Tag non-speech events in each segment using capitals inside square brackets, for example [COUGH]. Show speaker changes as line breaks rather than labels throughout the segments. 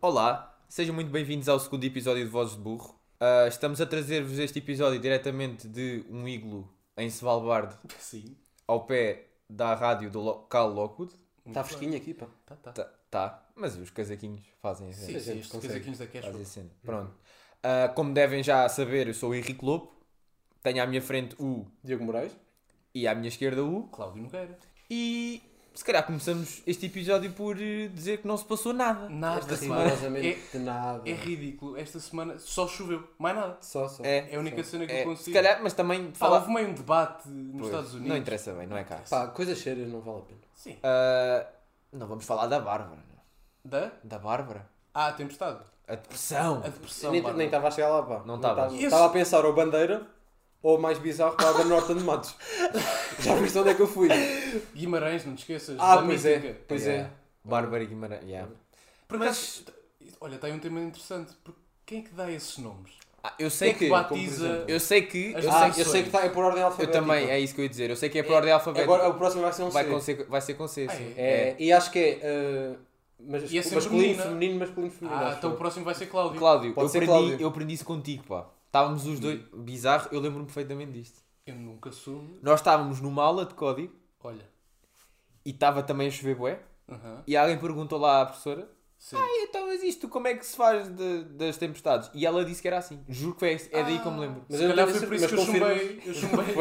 Olá, sejam muito bem-vindos ao segundo episódio de Vozes de Burro. Ah, estamos a trazer-vos este episódio diretamente de um iglo em Svalbard,
Sim.
ao pé da rádio do local Lockwood.
Está fresquinho aqui, pá.
Tá, tá.
Tá, tá, mas os casaquinhos fazem a cena.
Sim,
a
sim,
gente
estes
consegue.
casaquinhos da Cashflow.
Fazem a cena. Pronto. Ah, como devem já saber, eu sou o Henrique Lobo. Tenho à minha frente o
Diogo Moraes.
e à minha esquerda o.
Cláudio Nogueira.
E se calhar começamos este episódio por eh, dizer que não se passou nada.
Nada
Esta
esta semana.
rigorosamente
É,
de nada.
é ridículo. Esta semana só choveu. Mais nada.
Só, só.
É,
É a única cena que
é,
eu
se
consigo.
calhar, mas também
Pá,
falar.
houve meio um debate nos
Pois,
Estados Unidos.
Não interessa bem, não é cá.
Pá, coisas sérias não vale a pena.
Sim.
Ah, não vamos falar da Bárbara. né?
Da?
Da Bárbara?
Ah, a tempestade.
A depressão.
A depressão.
nem
Bárbara.
nem estava a chegar lá, pá.
Não tava.
tava.
Esse-
Estava a pensar ou Bandeira ou mais bizarro para a Norton de Matos. Já viste onde é que eu fui?
Guimarães, não te esqueças.
Ah,
da
pois
mítica.
é. Pois
Yeah.
é.
Bárbara Guimarães. yeah.
Por acaso, t- olha, tem um tema interessante. Porque quem é que dá esses nomes?
Ah, eu sei
Quem é
que.
que batiza...
Eu sei que.
As
Eu,
Ah,
sei,
duas
eu sei que está é por ordem
eu
alfabética.
também, é isso que eu ia dizer. Eu sei que é por ordem alfabética.
Agora, o próximo vai ser um
vai,
C.
com C- vai ser com C.
Ah,
sim.
É, E acho que é... uh, mas,
E é sempre
masculino,
menina.
feminino, masculino, feminino.
Ah,
acho
então
eu.
o próximo vai ser Cláudio.
Cláudio,
Pode
eu
ser
aprendi,
Cláudio.
eu aprendi isso contigo, pá. Estávamos os dois. Bizarro, eu lembro-me perfeitamente disto.
Eu nunca soube.
Nós estávamos numa aula de código
Olha.
e estava também a chover bué.
Aham.
E alguém perguntou lá à professora:
Sim.
"E Então, mas isto como é que se faz de- das tempestades? E ela disse que era assim. Juro que é, é daí que eu me lembro.
Mas
Se
eu
calhar
não
foi
tenho
por isso que eu
certeza, mas
chumbei. Eu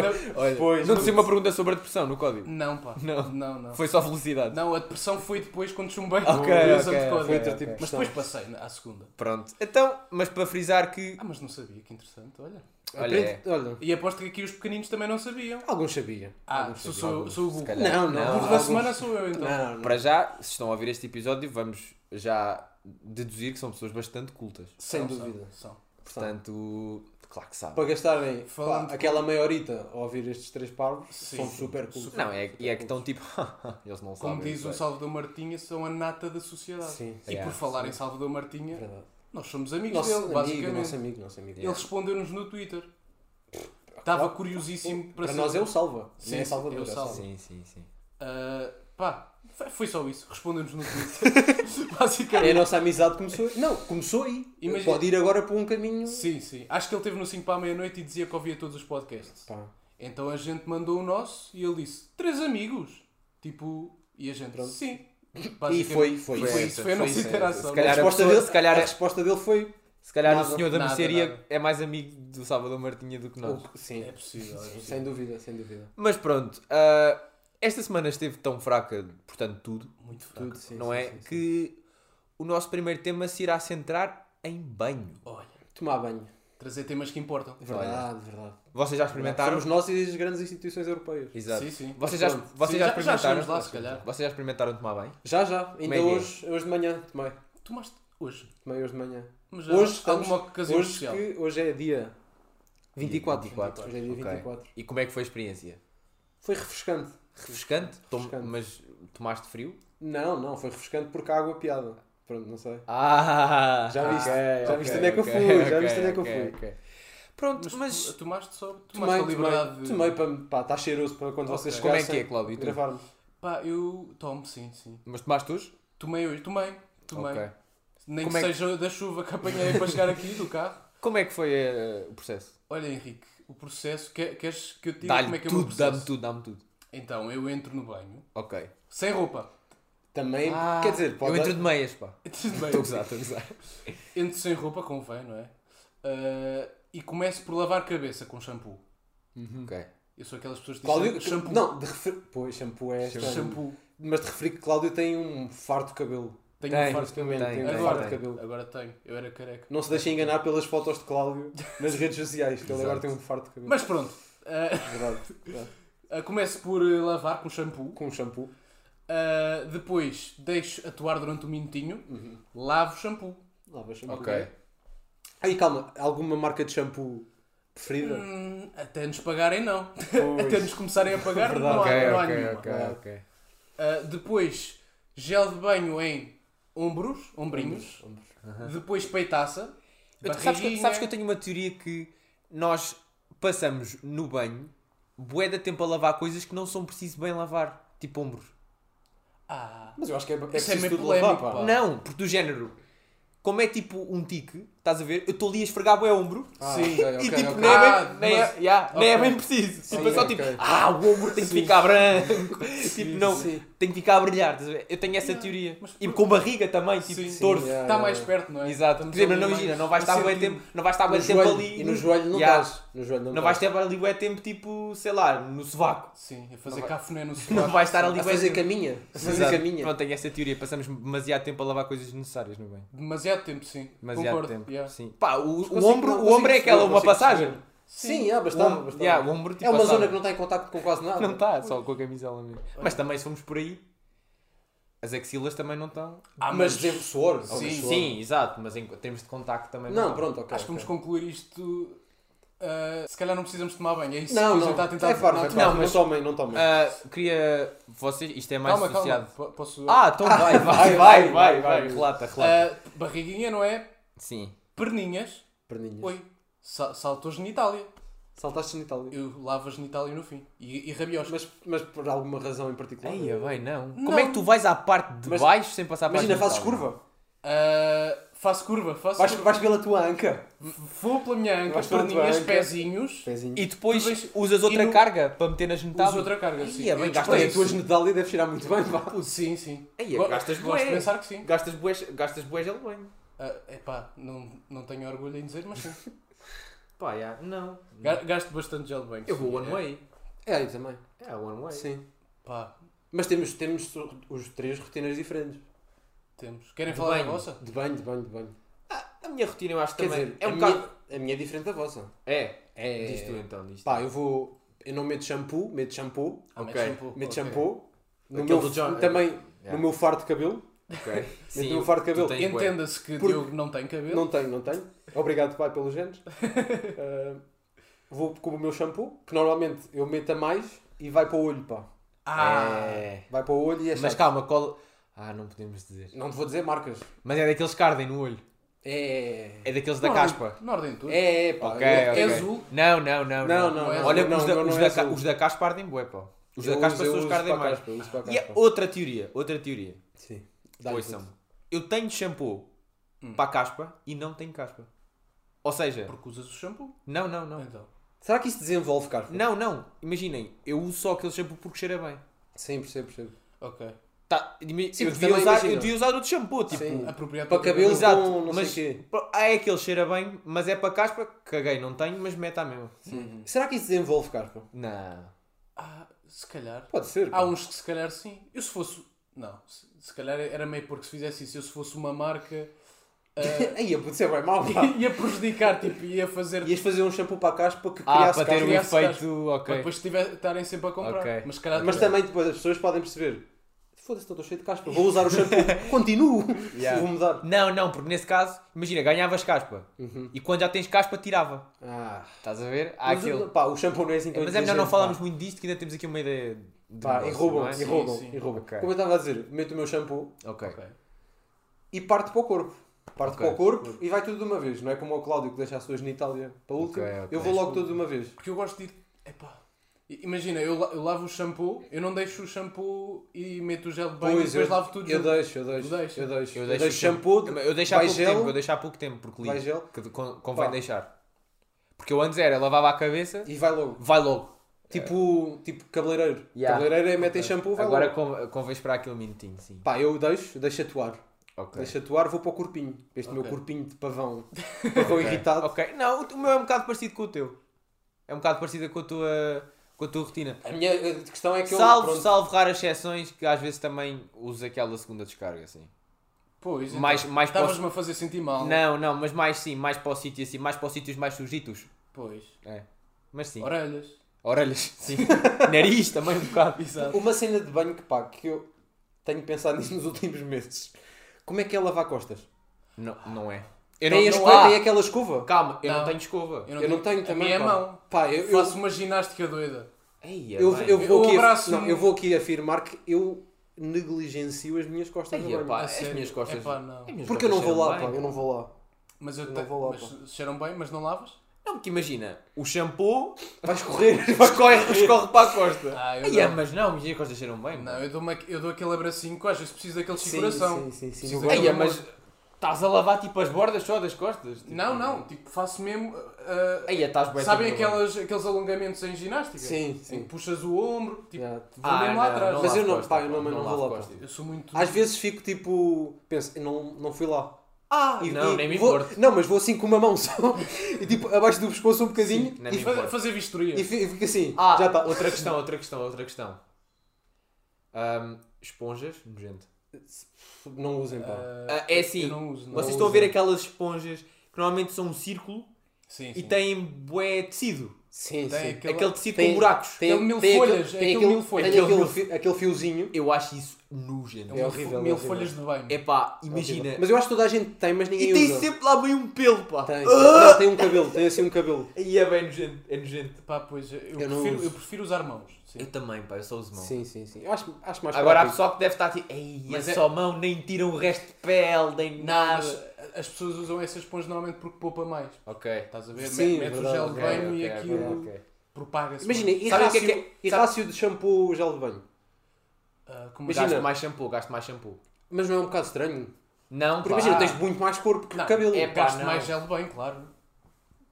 chumbei.
[LAUGHS]
não-
Olha,
Pois,
não te sei uma pergunta sobre a depressão no código.
Não, pá.
Não.
Não, não. Não,
Foi só felicidade.
a depressão foi depois quando chumbei.
Ok,
Eu
ok,
uso de código.
Foi outro tipo de
Mas
questão.
depois passei na- à segunda.
Pronto. Então, mas para frisar que.
Ah, mas não sabia, que interessante, olha.
Olha, é.
Aprende- olha,
E aposto que aqui os pequeninos também não sabiam.
alguns sabia.
Ah,
alguns
sou,
sabia.
sou, sou o
se
Google.
calhar.
Não, não.
O Google da
alguns-
semana sou eu, então.
Não, não.
Para já, se estão a ouvir este episódio, vamos já deduzir que são pessoas bastante cultas.
Sem
São,
dúvida.
São, são.
Portanto, claro que sabem.
Para gastarem pá,
Falando-
aquela meia horita a ouvir estes três parvos,
Sim.
são super cultos.
Não, é, e é que estão tipo. [LAUGHS] eles não sabem.
Como diz o
sabe.
Salvador Martinha, são a nata da sociedade.
Sim,
E por
Yeah,
falar em Salvador Martinha,
É verdade.
nós somos amigos
Nosso
dele,
amigo,
basicamente.
nosso amigo, nosso amigo.
Ele respondeu-nos no Twitter. Estava curiosíssimo para,
Para
saber-
nós é o Salva.
Sim,
nem é
sim,
Salvador.
é o
é o
Salva.
Sim, sim, sim.
Ah, pá, foi- foi só isso. Respondeu-nos no Twitter.
[LAUGHS]
[LAUGHS] Basicamente.
É a nossa amizade começou. Não, começou aí.
Imagina-
Pode ir agora para um caminho.
Sim, sim. Acho que ele teve no 5 para a meia-noite e dizia que ouvia todos os podcasts.
Pá,
Então a gente mandou o nosso e ele disse: Três amigos. Tipo, e a gente,
Pronto.
sim.
E
Basicamente,
foi, foi.
E foi isso, foi a nossa
isso.
interação. é?
Se
A,
calhar a
resposta
pessoa-
dele,
se calhar- é-
a resposta dele foi.
Se calhar
Nada,
o senhor da
nada,
mercearia
nada.
é mais amigo do Salvador Martinha do que nós.
o- Sim,
É possível. é possível.
sem dúvida, sem dúvida.
Mas pronto, ah, esta semana esteve tão fraca, portanto, tudo,
Muito fraco.
Tudo, sim,
não
sim,
é?
sim, sim.
Que o nosso primeiro tema se irá centrar em banho.
Olha,
Tomar banho. É
trazer temas que importam.
Verdade, verdade.
Vocês já experimentaram?
Somos nós e as grandes instituições europeias.
Exato.
Sim, sim.
Vocês já,
Pronto.
vocês
Sim,
já
já- já
experimentaram?
chegamos lá, se calhar.
Vocês já experimentaram tomar banho?
Já, já.
Como
Ainda
é que é?
hoje, hoje de manhã, tomei.
Tomaste hoje.
Tomei hoje de manhã.
Mas
Hoje
hoje,
estamos-
alguma ocasião
hoje
um especial.
que- hoje é dia 24.
24.
Hoje é dia
Ok.
24.
E como é que foi a experiência?
Foi refrescante.
Refrescante? Tom-
Refrescante.
Mas tomaste frio?
Não, não, foi refrescante porque a água piada. Pronto, não sei.
[LAUGHS] Ah!
Já viste-
ok,
já viste
ok,
onde é que eu
ok,
fui, já
ok,
viste onde é que eu
ok,
fui.
ok. Pronto,
Mas
mas
tu- tomaste só. Tomaste
Tomei,
a liberdade
tomei,
de-
tomei para pá, está cheiroso para quando vocês
como
chegarem.
é que é, Cláudio? Tu?
Gravar-me.
Pá, eu tomo, sim, sim.
Mas tomaste hoje?
Tomei hoje, tomei, tomei.
Ok.
Nem
Como
que
é que-
seja da chuva que apanhei para chegar aqui do carro.
Como é que foi eh, o processo?
Olha, Henrique, o processo, que- queres que eu te diga como
Dá-lhe
é que é o meu
tudo, dá-me
processo?
tudo, dá-me tudo.
Então, eu entro no banho,
Ok. Ah,
sem roupa. [LAUGHS]
Também, quer dizer, pode
eu entro de meias, pá.
Tudo bem.
Estou a gozar, estou a gozar.
Entro sem roupa, convém, não é? Ah, e começo por lavar cabeça com shampoo.
Ok.
Eu sou aquelas pessoas
é
que
Uhum. Cláudio,
dizem shampoo.
Não, de refer... Pois, shampoo é estranho.
shampoo.
Mas de referir que Cláudio tem um farto cabelo.
Tenho
Tem.
um farto.
Também,
Tem,
tem, um
tem,
farto
tem.
cabelo.
Agora tenho, eu era careca.
Não se deixem enganar pelas fotos de Cláudio
[LAUGHS]
nas redes sociais, que ele agora tem um farto cabelo.
Mas pronto, ah,
Verdade, verdade.
ah, começo por ah, lavar com shampoo.
Com um shampoo.
Ah, depois deixo atuar durante um minutinho,
Uhum.
lavo o shampoo.
Lava shampoo.
Ok.
Aí calma, alguma marca de shampoo preferida?
Hum, até nos pagarem, não. [LAUGHS]
Pois.
até nos começarem a pagar,
Verdade.
não há,
Ok,
não há
ok,
nenhuma.
ok,
Claro.
ok.
Ah, depois, gel de banho em ombros, ombrinhos. Depois, peitaça.
Eu- sabes, que,
barriguinha.
sabes que eu tenho uma teoria que nós passamos no banho bué de tempo a lavar coisas que não são preciso bem lavar, tipo ombros.
Ah,
Mas eu acho que é, é
Isso é
preciso
meio
tudo
polémico,
lavar, pá.
pá.
Não, porque do género. como é tipo um tique, estás a ver? Eu estou ali a esfregar o ombro
Ah,
Sim.
ok,
e
ok,
tipo,
ok.
nem, é bem,
Ah,
nem, é,
mas-
yeah, nem é
ok.
bem preciso.
Sim,
tipo, é só
ok.
tipo, ah, o ombro tem que ficar branco. tipo, não,
[LAUGHS] sim.
tem que ficar a brilhar. estás a ver? Eu tenho essa
Yeah,
teoria.
mas-
E com barriga também, tipo,
Sim, sim,
torto.
yeah.
Está mais perto, não é?
Exato. Por
Estamos
exemplo,
ali
não
mais-
imagina, não vais
um
estar bué
centímetro.
tempo, não vais estar
No
bué tempo
joelho,
ali.
e no joelho não
Yeah.
estás. No joelho não,
Não vais
estás.
ter ali bué tempo, tipo, sei lá, no sovaco.
Sim, a fazer
Não
cafuné no sovaco.
[LAUGHS] Não vais estar ali
A
bué
fazer
tempo.
caminha. A fazer
Exato.
caminha.
Pronto, tenho essa teoria. Passamos demasiado tempo a lavar coisas necessárias, não é bem?
Demasiado tempo, sim.
Demasiado
Concordo.
tempo.
yeah.
Sim. Pá, o, o
consigo-
ombro,
não
o ombro é
consigo
aquela,
perceber,
uma
consigo
passagem.
perceber. Sim, ah,
O
bastava,
ombro,
bastava.
yeah, o ombro tipo
é uma
passava.
zona que não está em contacto com quase nada.
Não tá. está, só com a camisola mesmo. Mas também se fomos por aí, as axilas também não estão.
Ah, mas
Mas sempre suor.
Sim,
talvez suor.
Sim, exato, mas em termos de contacto também não.
Não,
tá.
pronto, ok.
acho que um vamos
ok.
concluir isto. ah, se calhar não precisamos tomar banho, é isso
Não,
que a gente está a
não.
tentar
É farto,
não,
é farto.
não,
Não,
mas-
mas tomem, não tomem.
Ah, queria. Vocês, isto é mais
calma,
associado.
calma. Po- Posso.
Ah, então vai, vai, vai, vai, vai. Relata, relata.
Ah, barriguinha, não é?
Sim.
Perninhas.
Perninhas.
Oi. Sa saltou genitália.
Saltaste genitália.
Eu lavo a genitália no fim. E, e rabiosca.
Mas, mas por alguma razão em particular.
Eia, bem, não. Como
Não.
é que tu vais à parte de
Mas-
baixo sem passar para a
Imagina,
parte de
fazes
cima?
curva.
Ah, faço curva, faço
Vais,
curva.
vais pela tua anca.
Vou pela minha anca,
Vais pela tua
perninhas,
anca.
pezinhos.
Pezinho.
E depois
Tu vens-
usas outra
e no-
carga para meter na genitália.
Uso outra carga, sim. é
Ia é bem,
Eu
gasta
gostei.
a tua genitália deve cheirar muito bem, pá.
Sim, sim.
Ia,
Go-
é gastas
Gosto de
bué.
pensar que sim.
Gastas boés, gastas boés ele bem.
Ah, epá, não, não tenho orgulho em dizer, mas sim.
Pá, já, não.
Ga- Gasto bastante gel de banho.
Eu vou
sim.
one
É,
way.
É, eu também.
É, one way.
Sim.
Pá,
Mas temos, temos os três rotinas diferentes.
temos. Querem
De
falar
banho.
da vossa?
De banho, de banho, de banho.
A minha rotina eu acho
Quer
também.
dizer,
é um
a,
bocado.
minha, a minha é diferente da vossa.
É.
É.
Diz tu então, diz tu.
Pá, eu vou. Eu não meto shampoo, meto shampoo,
Ah, mete
Oh, Ok.
shampoo,
meto
ok.
shampoo. No
Aquele
meu,
do John-
também
Yeah.
no meu fardo de cabelo.
[LAUGHS] Ok.
Sim, um fardo de cabelo.
tu tens bué. É.
Entenda-se que
Porque-
Diogo não tem cabelo.
Não tenho, não tenho. Obrigado, pai,
[LAUGHS]
pelos genes. Ah, vou com o meu shampoo, que normalmente eu meto a mais e vai para o olho, pá.
Ah,
É.
Vai para o olho e é
Mas
chato.
calma, cola. Ah, não podemos dizer.
Não te vou dizer marcas.
Mas é daqueles que ardem no olho.
É.
É daqueles da
não
caspa.
ordem- Não ordem tudo.
É, pá.
Ok,
eu-
ok.
É azul.
Não, não, não.
Não, não,
não,
Olha,
não,
os, da,
não,
os,
não
da,
é
ca-
azul.
os da caspa ardem bué, pá. Os
eu
da caspa
uso-
são
eu
os
uso
que ardem
para a
mais.
caspa, eu uso para a
E é
caspa.
outra teoria, outra teoria.
Sim. Dá-lhe
Ouçam.
tudo.
Eu tenho shampoo
Hum.
para a caspa e não tenho caspa. Ou seja,
Porque usas o shampoo.
não, não,
É.
não.
Então.
Será que isso desenvolve caspa?
Não, não. Imaginem, eu uso só aquele shampoo porque cheira bem.
Sim, percebo, percebo.
Ok.
Tá, imi-
Sim,
eu,
mas
devia
também
usar,
imagina.
eu devia usar outro shampoo, tipo.
Sim.
Apropriado
Para
o teu
cabelo,
Exato,
com não
mas
sei quê.
pá, há aquele que cheira bem, mas é para caspa, caguei, não tenho, mas meta a mesma. Hum.
Será que isso desenvolve caspa?
Não.
Ah, se calhar.
Pode ser.
Ah,
Há uns que se calhar sim. Eu se fosse. Não, se se calhar era meio porque se fizesse isso, eu se fosse uma marca
[LAUGHS] Aí, pode ser bem mal. pá.
[LAUGHS] ia prejudicar, tipo, ia fazer.
Ias fazer um shampoo para a caspa que
Ah,
criasse
para ter
caspa.
o
criasse
efeito, ok.
Para depois tiver- estarem sempre a comprar.
Ok.
Mas se calhar.
Mas também depois as pessoas podem perceber. Foda-se, estou cheio de caspa. Vou usar
[LAUGHS]
o shampoo. Continuo.
Yeah.
Vou mudar.
Não, não, porque nesse caso, imagina, ganhavas caspa e quando já tens caspa, tirava.
Ah,
Estás a ver? Há
Uhum. mas,
aquele.
pá, o shampoo não é assim
É,
tão
mas é melhor
inteligente,
não falarmos
pá.
muito disto, que ainda temos aqui uma ideia de.
Pá,
negócio,
e roubam,
não é?
e roubam,
Sim, sim.
e roubam.
Ok.
Como eu estava a dizer, meto o meu shampoo
Ok.
Ok.
e parte para o corpo. Parte
Ok.
para o corpo e vai tudo de uma vez. Não é como o Cláudio que deixa a sua genitália para o último.
Ok, ok.
Eu vou logo tudo de uma vez.
Porque eu gosto de ir. Epá. I- Imagina, eu, la- eu lavo o shampoo, eu não deixo o shampoo e meto o gel de banho e depois
eu,
lavo tudo.
eu
junto.
deixo, eu deixo,
Tu deixas?
eu deixo.
Eu
Eu
deixo
deixo
sempre-
shampoo,
Eu deixo há
vai
pouco
gel.
tempo, eu deixo há pouco tempo, porque li.
Vai gel.
Que de- con- convém
Pá.
deixar. Porque eu antes era, lavava a cabeça,
E vai logo.
vai logo.
Tipo, tipo cabeleireiro.
É. Yeah.
Cabeleireiro é metem shampoo, vai
Agora
logo.
con- convém esperar aquele minutinho, sim.
Pá, eu deixo, deixo atuar.
Ok.
Deixo atuar, vou para o corpinho. Este meu
Ok.
corpinho de pavão.
[LAUGHS]
Pavão irritado.
Ok. Não, o meu é um bocado parecido com o teu. É um bocado parecido com a tua, com a tua rotina.
A minha eh, questão é que
Salvo,
eu. pronto,
salvo raras exceções que às vezes também uso aquela segunda descarga, assim.
Pois, então,
Mais- mais
Estavas-me a fazer sentir mal.
Não, não, mas mais sim, mais para o sítio assim, mais para os sítios mais sujitos.
Pois.
É. Mas sim.
Orelhas.
Orelhas, sim. [LAUGHS] Nariz também um bocado.
Exato.
Uma cena de banho que pá, que eu tenho pensado [LAUGHS] nisso nos últimos meses. Como é que é lavar costas?
Não, não é. Eu
tem,
não,
a
não
escova-
há.
tem aquela escova?
Calma, eu não,
Não.
tenho escova.
Eu
Eu
não
não, tenho,
a
também.
minha
pá.
mão.
Pá, eu, eu,
Faço uma ginástica doida.
Eia,
eu,
bem.
eu
Eu
vou aqui,
abraço-
não, eu vou aqui afirmar que eu negligencio as minhas costas no
Eia,
banho.
pá,
A
as
sério?
minhas costas.
Epá, não.
as minhas
Porque eu não
costas
vou lá, pá,
cheiram bem.
eu não vou lá.
Mas eu
Não
te-
vou lá,
mas cheiram bem, mas não lavas?
Não, porque imagina, o
[LAUGHS]
shampoo
Vais
[LAUGHS]
correr.
escorre, escorre para a costa.
Ah, eu
Eia,
não.
mas não, as minhas costas cheiram bem.
Não,
pá.
eu dou, uma, eu dou aquele abracinho que às vezes preciso daquele seguração.
Sim, sim, sim.
Preciso
no
daquele
Eia,
banho.
amor.
é, mas Estás a lavar tipo as bordas só das costas? Tipo,
Não, não, tipo, faço mesmo. ah,
Aí estás bem
sabem
tipo,
aquelas, aqueles alongamentos em ginástica?
é? Sim,
Em
sim.
que puxas o ombro, tipo,
Yeah.
vou
Ah,
mesmo lá atrás. Tipo,
Mas eu
lavo
não-
costas,
pá, eu não- eu não vou
lavo
lá,
costas.
Eu sou muito.
Às vezes fico tipo. Penso, eu não, não fui lá.
Ah,
E-
não,
e
tipo,
nem me
vou-
importo.
Não, mas vou assim com uma mão só. [LAUGHS] e tipo, abaixo do pescoço um bocadinho.
Sim, nem
e,
me
fa-
Fa- Fazer vistoria.
e fi- e fico assim.
Ah,
Já está.
outra questão, outra questão, outra questão. Ahm, esponjas, nojento.
Não usem, pá.
Ah,
é assim,
eu não uso, não
Vocês
Não
estão a ver
usem.
aquelas esponjas que normalmente são um círculo
Sim,
e
sim.
têm bué tecido.
sim,
tem
sim.
aquele-
Aquele tecido
Tem-
com buracos.
aquele mil folhas, é
tem
aquele mil folhas.
tem
Aquele
aquele
mil-
fi- aquele fiozinho.
Eu acho isso
É
nojento.
um
É horrível,
Mil
é horrível.
folhas de banho.
Epá, imagina.
Mas eu acho que toda a gente tem, mas ninguém
E tem
usa.
sempre lá meio um pelo, pá.
Tem.
Ah!
Não, tem um cabelo, tem assim um cabelo.
Aí é bem nojento, é nojento.
Pá, pois, eu,
Eu não
prefiro,
uso.
eu prefiro usar mãos. sim.
Eu também, pá, eu só uso mão.
Sim, sim, sim. Eu acho, acho mais
Agora há
prático.
pessoal que deve estar tipo, ei,
Mas
é
é-
só mão, nem tiram o resto de pele, nem nada.
Mas a- as pessoas usam essas esponjas normalmente porque poupa mais.
Ok.
Estás a ver?
Sim, é
Sim, Metes
verdade,
o gel de
ok,
banho e
ok,
aquilo
ok, ok.
um-
propaga-se.
Imagina, e
Sabem o que é
rácio,
que é-
e rácio de shampoo gel de banho?
Ah, como
Imagina-
Gasto mais shampoo, gasto mais shampoo.
Mas não é um bocado estranho?
Não,
Porque
pá.
imagina, tens muito mais corpo que
Não,
cabelo.
é
eu
pá,
gasto
não.
mais gel de banho, claro.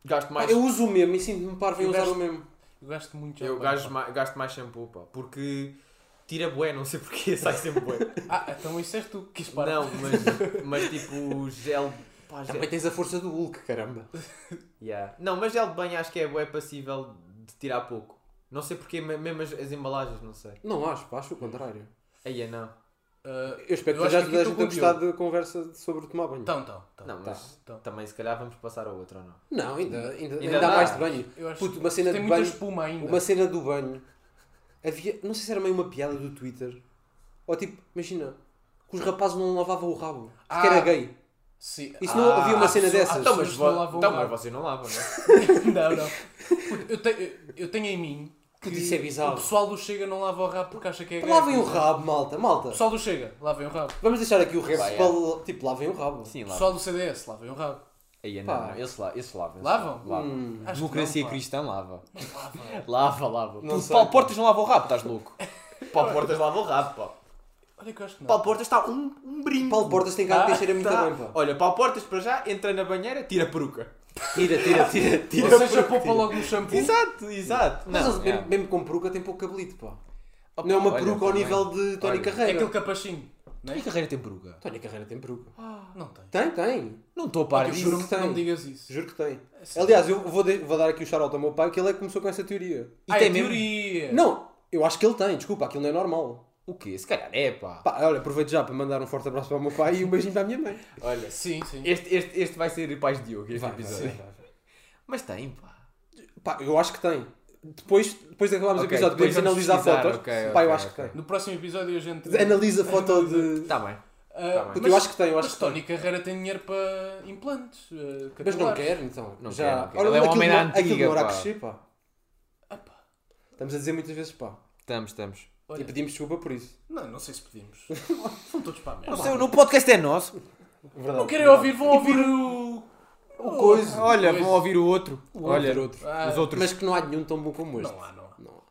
Gasto mais
Eu uso o mesmo e sinto-me parvo em
Eu
usar
gasto-
o mesmo.
Eu gasto muito
é
gel
Eu
de banho.
gasto mais, gasto mais shampoo, pá, porque tira bué, não sei porquê, [LAUGHS] sai sempre bué.
[LAUGHS]
Ah, então isso és tu que quis parar.
não, mas, mas tipo gel, pá, gel.
Também tens a força do Hulk, caramba.
Yeah. Não, mas gel de banho acho que é bué passível de tirar pouco. Não sei porquê, me- mesmo as, as embalagens, não sei.
Não acho, pá, acho o contrário.
Aí é não.
Ah,
Eu espero
Eu
que
acho
já
que
toda a
aqui
gente
estou
tenha
com o
gostado da conversa de- sobre tomar banho.
então, então, então.
Não, mas
Então.
também se calhar vamos passar a outra, ou não?
Não, ainda, ainda,
Ainda
ainda há
dá.
mais de banho.
Eu acho
Puto, uma
que
cena
tem
de
muita
banho.
espuma ainda.
Uma cena do banho. Havia, não sei se era meio uma piada do Twitter. Ou tipo, imagina, que os rapazes não lavavam o rabo. Porque
Ah.
era gay.
Sim.
Isso não
Ah, [LAUGHS]
havia uma cena
pessoa-
dessas?
ah,
Então, mas,
pessoas
vo-
não lavam
então,
o
mas
rabo.
vocês não lavam, não
[LAUGHS]
é?
não, não. Puto, Eu, te- eu tenho em mim que
Puto, isso é bizarro.
o pessoal do Chega não lava o rabo porque acha que é gay.
Lavem o rabo, malta, malta.
O pessoal do Chega, lavem o rabo.
Vamos deixar aqui o resto
Vai, é.
para. Tipo, lavem o rabo.
Sim,
O
lavam.
pessoal do CDS, lavem o rabo.
Aí é
Pá. Hum.
não, não. Eles, la- eles lavam. eles
Lavam?
Lavam.
Acho que
Democracia
não, pá.
cristã lava.
Lavam.
[LAUGHS] Lava, lava.
Não
Puto,
sei,
Paulo
pá.
Portas não lava o rabo, estás
[LAUGHS]
louco? Paulo Portas lava o rabo, pá.
Olha que eu acho que não.
Paulo Portas está um, um brinco.
Paulo Portas tem cara de
Ah,
cheira muito
Tá.
bem, pá.
Olha, Paulo Portas para já, entra na banheira, tira a peruca.
Tira, tira, tira, tira.
[LAUGHS]
Ou seja, poupa logo no shampoo.
Exato, exato.
Mas eles,
um Não, é.
mesmo, mesmo com peruca, tem pouco cabelito, pá. Não é uma
olha,
peruca ao
também.
nível de Tony
Olha,
É
Carreira.
aquele capachinho. Não é?
Minha carreira tem peruca.
Tony Carreira tem peruca.
Não tem.
Tem, tem.
Não estou a par
Eu
disso.
juro
que
que
tem.
não me digas isso.
Juro que tem.
Sim.
Aliás, eu vou, de- vou dar aqui o shout ao meu pai, que ele é que começou com essa teoria.
E
Ah,
tem
é
mesmo-
teoria.
Não, eu acho que ele tem, desculpa, aquilo não é normal.
O quê? Se calhar é, pá.
Pá, olha, aproveito já para mandar um forte abraço para o meu pai e um beijinho para a minha mãe.
Olha,
Sim, sim.
este, este, este vai ser pais de Diogo, este episódio.
vai, vai.
Mas tem, pá.
Pá, eu acho que tem. Depois, depois de acabarmos
Ok,
o episódio,
depois
podemos
vamos
analisar
pesquisar,
fotos.
ok,
Pá, eu
ok,
acho
ok.
que tem.
No próximo episódio a gente.
Analisa a foto de.
Está bem.
Ah,
Tá
Puta,
mas-
eu acho que tem, eu acho
Mas
que tem.
Tony Carreira tem dinheiro para implantes. ah,
Mas não
capilares.
quer, então.
Não quer,
já.
não quer. Ele é um
aquilo
homem
não-
da
Aquilo
antiga,
não era a
pá.
crescer, pá.
Ah, pá.
Estamos a dizer muitas vezes, pá.
Estamos, estamos.
Olha,
E pedimos desculpa por isso.
Não, não sei se
[LAUGHS]
pedimos. São todos para a merda.
Não sei, o podcast é nosso.
Verdade.
Não querem ouvir, vão ouvir o.
O coisa.
Olha,
Pois.
vão ouvir o outro. Olha,
Olha, outro.
Ah,
os outros.
Mas que não há nenhum tão bom como este.
Não há, não É há.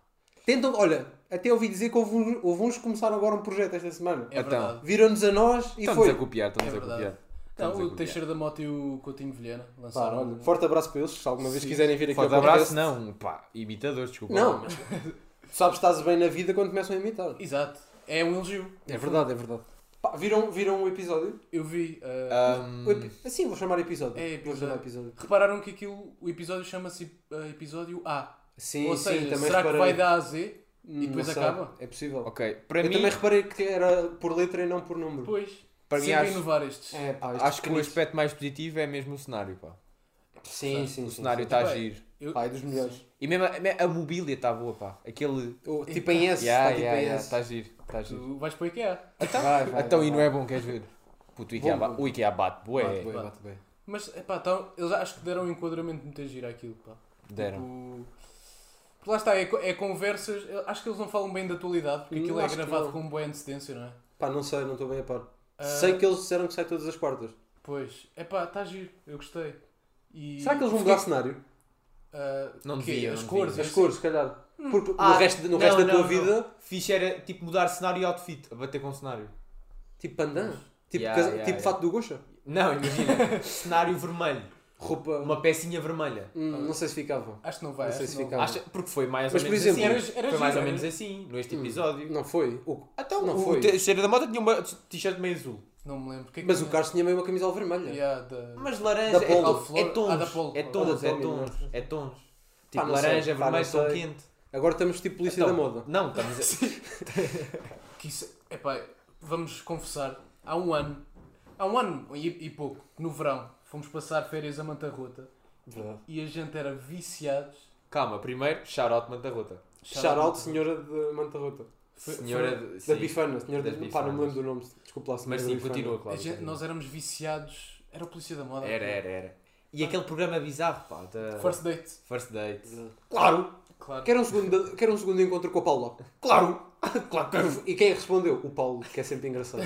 Tentam, olha, até ouvi dizer que houve, um- houve uns que começaram agora um projeto esta semana.
É
Então.
verdade.
Viram-nos a nós e
Estamos
foi.
a copiar,
É
estamos a
verdade.
copiar.
Não,
Estamos a
o
copiar.
Teixeira da Mota e o Coutinho Vilhena
Pá,
lançaram.
é. olha, forte abraço para eles, se alguma vez
Sim.
quiserem vir aqui
Forte
ao podcast.
abraço, não, pá. Imitadores, desculpa.
Não, mas tu sabes que estás bem na vida quando começam a imitar.
Exato. É um elogio.
É verdade, é verdade. Pá, viram, viram o episódio?
Eu vi. ah,
Ahm,
O epi- Assim, vou chamar episódio.
É
Vou
episódio.
chamar episódio.
Repararam que aquilo, o episódio chama-se ah, episódio A.
Sim,
Ou
sim,
seja,
também
será que
reparei.
vai dar a Z?
Não
depois
sei,
acaba?
É possível.
ok, para
Eu
mim,
também reparei que era por letra e não por número.
Depois.
Para mim,
Sempre
acho-
inovar estes.
É, pá, estes
acho que o
pequenitos.
aspecto mais positivo é mesmo o cenário, pá.
Sim, sim,
O
sim,
cenário
sim.
está a
Bem,
giro.
Eu-
Pá, é dos melhores.
E mesmo a, a mobília está boa, pá. Aquele.
Ou, tipo em S,
Yeah,
está tipo
yeah,
em
yeah, tá
S.
está giro, está giro.
Tu vais para o IKEA.
Então, vai, vai,
Então,
vai,
e não
vai.
é bom, queres ver? Puto, o IKEA,
Bom,
ba-
bom.
o IKEA bate,
Bate
bué.
bem,
bate.
bate bem.
Mas, epá, então, eles acho que deram um enquadramento muito giro àquilo, pá.
Deram.
Tipo, porque lá está, é, co- é conversas. eu Acho que eles não falam bem da atualidade, porque
Não,
aquilo é
acho que
gravado
não.
com boa antecedência, não é?
Pá, não sei, não estou bem a par.
Ah,
Sei que eles disseram que sai todas as quartas.
Pois, epá, está giro, eu gostei. E
Será que eles vão
fiquei-
mudar cenário?
Ah,
Não
o quê?
devia,
As
não
cores,
devia.
As
assim?
cores, se calhar. Porque
Ah,
no resto, no
não,
resto da
não,
tua
não.
vida,
Fixe era tipo mudar cenário e outfit, a bater com o cenário.
tipo pandan. Tipo,
Yeah,
casa-
yeah,
tipo
yeah.
fato do gocha.
Não, imagina. [LAUGHS] cenário vermelho.
Roupa.
Uma pecinha vermelha.
Hum, não sei se ficava.
Acho que não vai.
Não sei
acho
se
que não
fica-
Acha- porque foi mais
Mas,
ou
por
menos
exemplo,
assim.
era- era
foi mais ou
giro,
menos
era-
assim, neste episódio.
Hum, Não foi. O-
Então,
Não
o
foi.
te- cheiro da moto tinha uma t-shirt meio azul.
Não me lembro. que é que
Mas o
era?
Carlos tinha mesmo uma camisola vermelha.
Yeah, da-
Mas laranja
Da
é,
Polo.
é tons.
Ah, da Polo.
É tons,
Ah,
é
da Polo,
tons, é tons.
Pá,
Tipo
não sei,
laranja,
pá, não
vermelho, tão
sei.
quente.
Agora estamos tipo polícia
Então,
da moda.
Não, estamos
Que isso, epá, vamos confessar, há um ano, há um ano e, e pouco, no verão, fomos passar férias a Mantarrota
Verdade.
e a gente era viciados.
a... Calma, primeiro, shout-out Mantarrota.
Charal, senhora de Manta Rota.
Foi-
Senhora...
foi-
de- sim.
Da Bifana, senhora
das
de... Pá, não me
bifanas.
lembro do nome. Desculpa lá, senhora
Mas
da
sim,
Bifana.
continua,
a
claro.
gente-
continua.
nós é éramos viciados, era o Polícia da Moda.
Era, era, era. E aquele programa bizarro, pá, da...
First Date,
First Date.
Claro!
claro.
Quer um, segundo, quer um segundo encontro com a Paula?
[LAUGHS]
Claro! claro quero. E quem respondeu? O Paulo, que é
[LAUGHS]
sempre engraçado.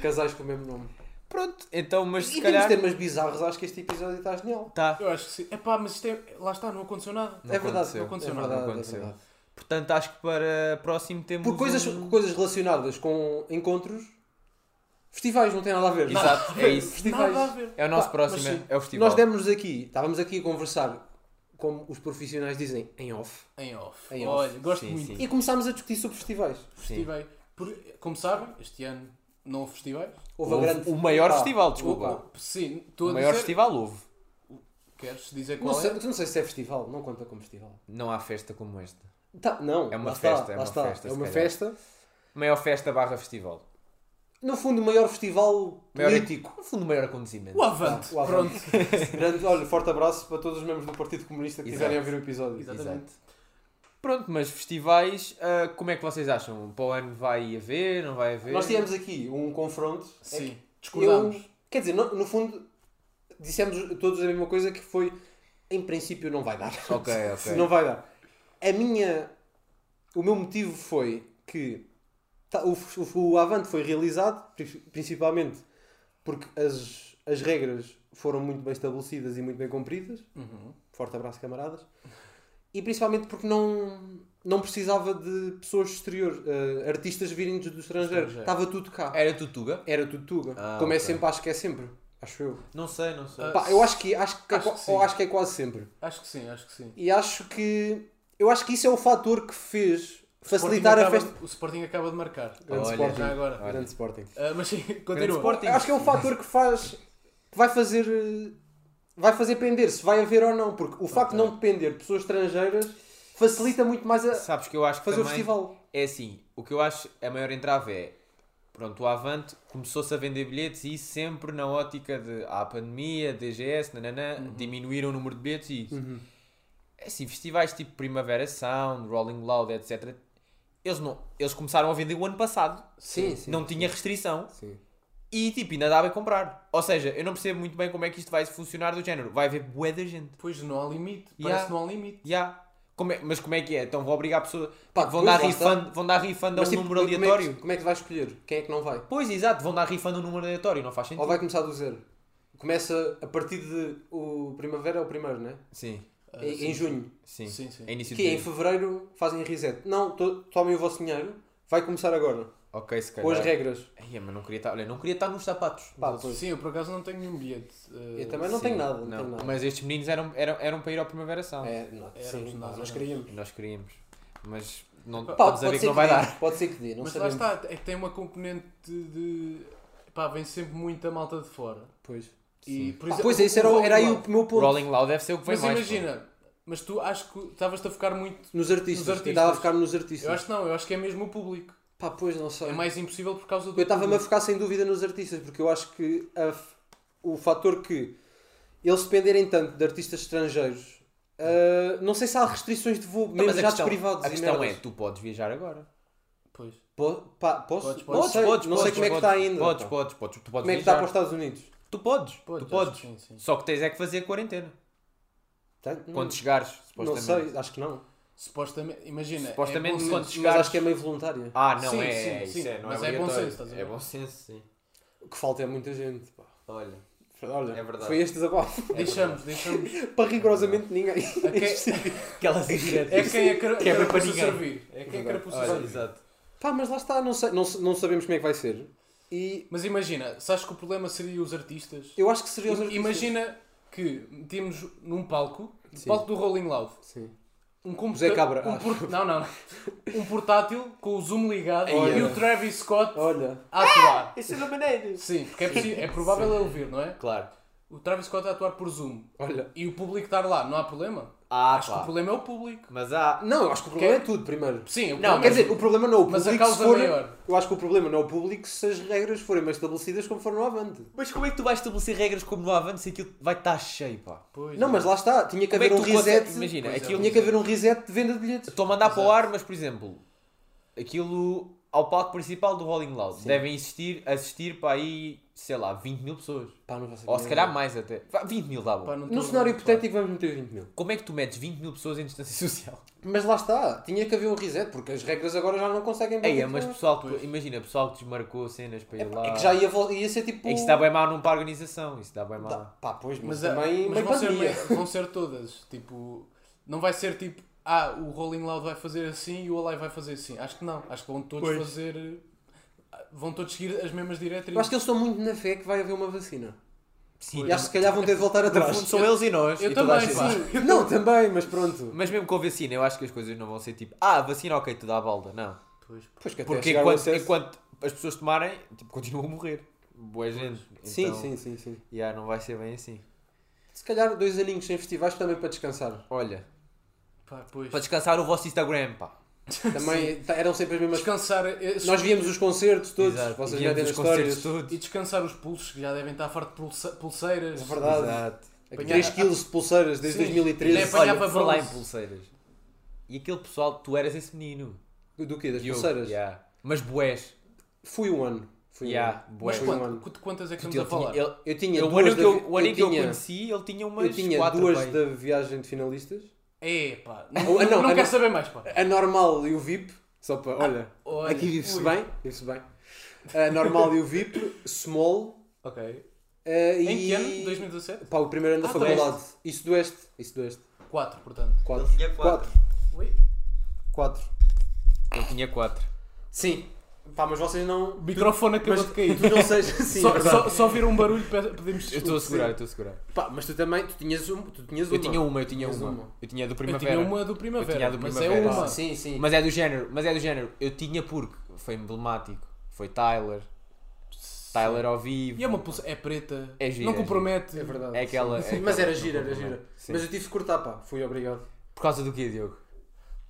Casais com o mesmo nome.
Pronto, então, mas
e
se
temos
calhar...
temas bizarros, acho que este episódio está genial.
Tá.
Eu acho que sim. Epá, mas isto é, lá está, não aconteceu nada.
Não
é verdade,
aconteceu.
não aconteceu
É
nada.
verdade,
é
aconteceu.
verdade.
Portanto, acho que para próximo temos
Por coisas,
um-
coisas relacionadas com encontros, festivais não tem nada a ver.
Exato, é isso.
Festivais.
Nada a ver.
É o nosso
Pá,
próximo,
mas sim.
é o festival.
Nós demos aqui, estávamos aqui a conversar, como os profissionais dizem, em off.
Em off.
Em
Olha,
off.
gosto
Sim,
muito.
sim.
E começámos a discutir sobre festivais.
Festivais. Por- como sabem, este ano não houve festivais.
Houve, a
Houve
grande...
o maior
Pá,
festival, desculpa.
Oh, oh, Sim,
O
estou a
maior
dizer.
festival houve.
Queres dizer
Não
qual
sei,
é?
não sei se é festival, não conta como festival.
Não há festa como esta.
Tá, não,
É uma
lá está,
festa, é
lá
uma
está.
festa,
É
se
uma
calhar.
festa.
Maior festa barra festival.
No fundo, o maior festival
Maior-
político.
No fundo, o maior acontecimento.
O Avante.
O Avante.
Pronto.
Grande, olha, forte abraço para todos os membros do Partido Comunista que
Exato.
quiserem ouvir o episódio.
Exato.
Exato. Pronto, mas festivais, ah, como é que vocês acham? Para o ano vai haver, não vai haver?
Nós tivemos aqui um confronto.
Sim,
Eu,
discordamos.
quer dizer, no, no fundo, dissemos todos a mesma coisa que foi, em princípio, não vai dar.
Ok,
[LAUGHS]
ok.
Não vai dar. A minha. O meu motivo foi que tá- o, o, o Avante foi realizado, pri- principalmente porque as, as regras foram muito bem estabelecidas e muito bem cumpridas.
Uhum.
Forte abraço, camaradas. E principalmente porque não, não precisava de pessoas exteriores, eh, artistas virem do, do estrangeiro.
Estrangeiro. É.
Estava tudo cá.
Era Tutuga?
Era tudo Tuga.
Ah,
Como é
ok.
sempre, acho que é sempre. Acho eu.
Não sei, não sei.
Ah,
Pá, eu acho que, acho, que, é
Acho
qua-
que sim.
eu acho que é quase sempre.
Acho que sim, acho que sim.
E acho que. Eu acho que isso é o fator que fez facilitar
Sporting
a festa.
acaba- O Sporting acaba de marcar.
Grande
Olha,
Sporting.
Já agora.
Olha.
Grande Sporting.
Ah, mas sim, [LAUGHS]
Grande
continua.
Sporting.
Eu acho que é o fator que faz. que vai fazer. eh, vai fazer pender se vai haver ou não. Porque o facto de não depender de pessoas estrangeiras facilita muito mais a
Sabes que eu acho que
fazer o
também
festival.
é assim, o que eu acho a maior entrave é, pronto, o Avante começou-se a vender bilhetes e sempre na ótica de há a pandemia, DGS, nananã, diminuíram o número de bilhetes e isso. É assim, festivais tipo Primavera Sound, Rolling Loud, etc. Eles, não, eles começaram a vender o ano passado.
Sim, sim,
Não
sim.
tinha restrição.
Sim.
E tipo, ainda dava a comprar. Ou seja, eu não percebo muito bem como é que isto vai funcionar do género. Vai haver bué da gente.
Pois não há limite.
Yeah.
Parece que não há limite.
Ya. Como é- mas como é que é? Então vão obrigar pessoas.
Pá,
vão,
pois,
dar
lá
rifando, vão dar rifando a um
Mas, tipo,
número
como é que-
aleatório.
Como é, que, tu vais escolher? Quem é que não vai?
Pois, exato, vão dar rifando um número aleatório, não faz sentido.
Ou vai começar do zero? Começa a partir de. O primavera é o primeiro, né?
Sim,
Ah,
é?
sim.
Em junho.
sim.
Sim, sim.
É início
Que é,
de
em fevereiro fazem reset. Não, to- tomem o vosso dinheiro. Vai começar agora.
Ok, se calhar.
Com as regras.
Ai, mas não queria estar, olha, não queria estar nos sapatos.
Pá,
Sim,
pois.
Sim, eu por acaso não tenho nenhum bilhete. Ah,
Eu também não
Sim,
tenho nada, não, tenho nada.
Mas estes meninos eram, eram, eram para ir ao Primavera Sound.
É, não, sim,
nós
nós,
é éramos.
queríamos.
Nós queríamos. Mas não
Pá,
podes a ver que não vai
dê,
dar.
Pode ser que dê, não
Mas lá
sabemos.
está, é que tem uma componente de. de- Pá, vem sempre muita malta de fora.
Pois.
E, por
Pá,
exemplo,
pois, esse era, o-
Rolling
era aí
Loud.
o meu ponto.
Rolling Loud deve ser o que vem
Mas
mais.
imagina, mas tu acho que estavas-te a focar muito.
Nos artistas.
Nos artistas.
Eu estava a ficar nos
Eu
artistas.
acho que não, eu acho que é mesmo o público.
Pá, pois, não sei.
É mais impossível por causa do.
Eu estava-me a
Uhum.
público.
focar sem dúvida nos artistas, porque eu acho que a f- o fator que eles dependerem tanto de artistas estrangeiros, ah, não sei se há restrições de voo,
Então,
mesmo
a
jatos
questão-
privados
A
e
questão é,
merdas.
tu podes viajar agora.
Pois.
Po- pá, posso?
Podes,
Não
podes,
sei, não sei como é que está ainda.
Podes,
pá.
podes, podes. Tu podes
Como é que está
viajar.
para os Estados Unidos?
Tu podes,
Podes,
tu
acho
podes.
que sim, sim.
Só que tens é que fazer quarentena.
Tá?
Quando chegares,
Não
supostamente.
sei, acho que não.
Supostamente, imagina.
Supostamente
é bom
quando
senso.
chegar-
Mas acho que é meio voluntária.
Ah, não
Sim,
é,
sim,
é, isso
sim.
é, não
Mas
é
é bom
obrigatório.
senso, estás a ver?
É bom senso, sim.
O que falta é muita gente. Pá.
Olha,
Olha,
É verdade. É
foi este desabafo. [LAUGHS]
Deixamos, deixamos.
para rigorosamente ninguém. é-
A quem-
[LAUGHS]
aquelas indiretas.
É quem é
Que é bem para
carapuça
ninguém.
servir. É quem é carapuça
Olha,
servir.
exato.
Pá, mas lá está, não, sei, não, se- não sabemos como é que vai ser. E
Mas imagina, sabes que o problema seria os artistas?
eu acho que seria os artistas.
Imagina que metíamos num palco, no
Sim.
palco do Rolling Loud,
Sim.
um
Zé
computador.
Cabra. Ah.
Um por- Não, não. Um portátil com o zoom ligado
Olha.
e o Travis Scott
Olha.
a atuar.
Isso é maneiro.
Sim, porque é, possi- é provável ele ouvir, não é?
Claro.
O Travis Scott a atuar por zoom
Olha.
e o público estar lá, não há problema?
Ah,
Acho que o
pá.
problema é o público.
Mas há.
Não, eu acho que o problema é tudo primeiro.
Sim, o
Não,
problema
quer
é-
dizer, o problema não é o público.
Mas a causa
se for-
maior.
Eu acho que o problema não é o público se as regras forem bem estabelecidas como foram no Avante.
Mas como é que tu vais estabelecer regras como no Avante se aquilo vai estar cheio, pá?
Pois
Não,
é.
mas lá está, tinha que
Como é que
haver um
tu
reset.
consegues- Imagina,
Pois é,
aquilo.
Tinha que haver um reset de venda de bilhetes.
Estou a mandar para o ar, mas por exemplo, aquilo ao palco principal do Rolling Loud devem assistir, assistir para aí, sei lá, 20 mil pessoas.
Pá, não vai ser
Ou
bem.
se calhar um mais até. Vá, 20 mil dá bom.
Pá, não
No
tô-
cenário
pá.
hipotético vamos meter 20 mil.
Como é que tu metes 20 mil pessoas em distância [LAUGHS] social?
Mas lá está, tinha que haver um reset, porque as regras agora já não conseguem
Ei,
bater
é, mas
com-
pessoal, que- imagina, pessoal que desmarcou cenas para ir lá.
É que já ia, vol- ia ser tipo.
É que isso dá bem mal não para a organização. Isso dá bem mal.
Dá- Pá, pois, mas,
Mas, é-
Tipo, também.
mas
bem
vão, ser,
pandemia.
meio- vão ser todas. Tipo, não vai ser tipo, ah, o Rolling Loud vai fazer assim e o Alive vai fazer assim. Acho que não. Acho que vão todos
Pois.
fazer. eh, Vão todos seguir as mesmas
Eu acho
diretrizes.
que eles estão muito na fé que vai haver uma vacina.
Sim,
E acho que se calhar vão ter de voltar
no fundo
atrás.
são eles e nós.
Eu
e toda a
também,
gente.
pá.
Sim, [LAUGHS] não, também, mas pronto.
Mas mesmo com a vacina, eu acho que as coisas não vão ser tipo, ah, vacina, ok, tu dá a balda. Não.
Pois que até
Porque
chegar o
enquanto,
acesso-
enquanto as pessoas tomarem, tipo, continuam a morrer. Boa gente.
Sim,
Então,
sim, sim, sim.
Yeah, não vai ser bem assim.
Se calhar dois aninhos sem festivais também para descansar.
Olha,
Pá, pois.
para descansar o vosso Instagram, pá.
Também ta- eram sempre as mesmas.
Descansar eh, esses-
Nós víamos os concertos todos,
Exato.
vocês
E
metem
vemos
nas
os concertos
histórias.
e
todos.
descansar os pulsos que já devem estar farto de pulse- pulseiras.
É verdade.
Exato.
3 kg de pulseiras desde
Sim. Ele é
2013.
apanhado
Olha, por
para
falar em
bronze.
pulseiras. E aquele pessoal, tu eras esse menino.
Do quê? Das
Diogo,
pulseiras?
yeah. Mas boés.
Fui um ano. Fui
Yeah,
um ano.
bué.
Mas
Fui um
quanto-
ano.
quanto- quantas é que
Ele
estamos a falar?
tinha- ele-
Eu tinha
ele- O
duas
ano
da
que
vi-
eu- o ano em que eu
tinha-
conheci, ele tinha
eu
umas
tinha
quatro,
duas
pai.
da viagem de finalistas.
É, pá.
Ah,
Não,
[LAUGHS] não,
não,
ah,
quero
não.
saber mais, pá.
A normal e o VIP, só para. Olha,
Ah,
olha,
aqui vive-se
ui.
bem. Vive-se bem. A normal e o VIP, small.
Ok.
eh,
Em que
e-
ano? 2017?
Pá, o primeiro ano da
Ah,
faculdade. Isso do Oeste. Isso do Oeste.
4, portanto.
4.
Ele Então tinha quatro.
4.
Ele tinha quatro.
Sim. Pá, mas vocês não.
O microfone acabou de cair.
Tu não sejas. Sim, é
só,
verdade.
só, só ouvir um barulho pe- pedimos
Eu estou a
desculpa.
segurar, eu estou a segurar.
Pá, mas tu também. Tu tinhas, um, tu tinhas uma.
Eu tinha uma, eu tinha
Tinhas
uma.
uma.
Eu tinha do
Eu
Primavera.
tinha uma do primavera,
Eu tinha a do
mas é
Primavera.
uma.
Pá, sim, sim.
Mas é do género, mas é do género. Eu tinha porque foi emblemático. Foi Tyler. Tyler ao vivo.
E é uma pulsa, é preta,
É gira,
não
é gira.
compromete.
É verdade.
É aquela-
sim.
é
mas
aquela-
era gira, era gira.
Sim.
Mas eu tive que cortar, pá. Fui obrigado.
Por causa do quê, Diogo?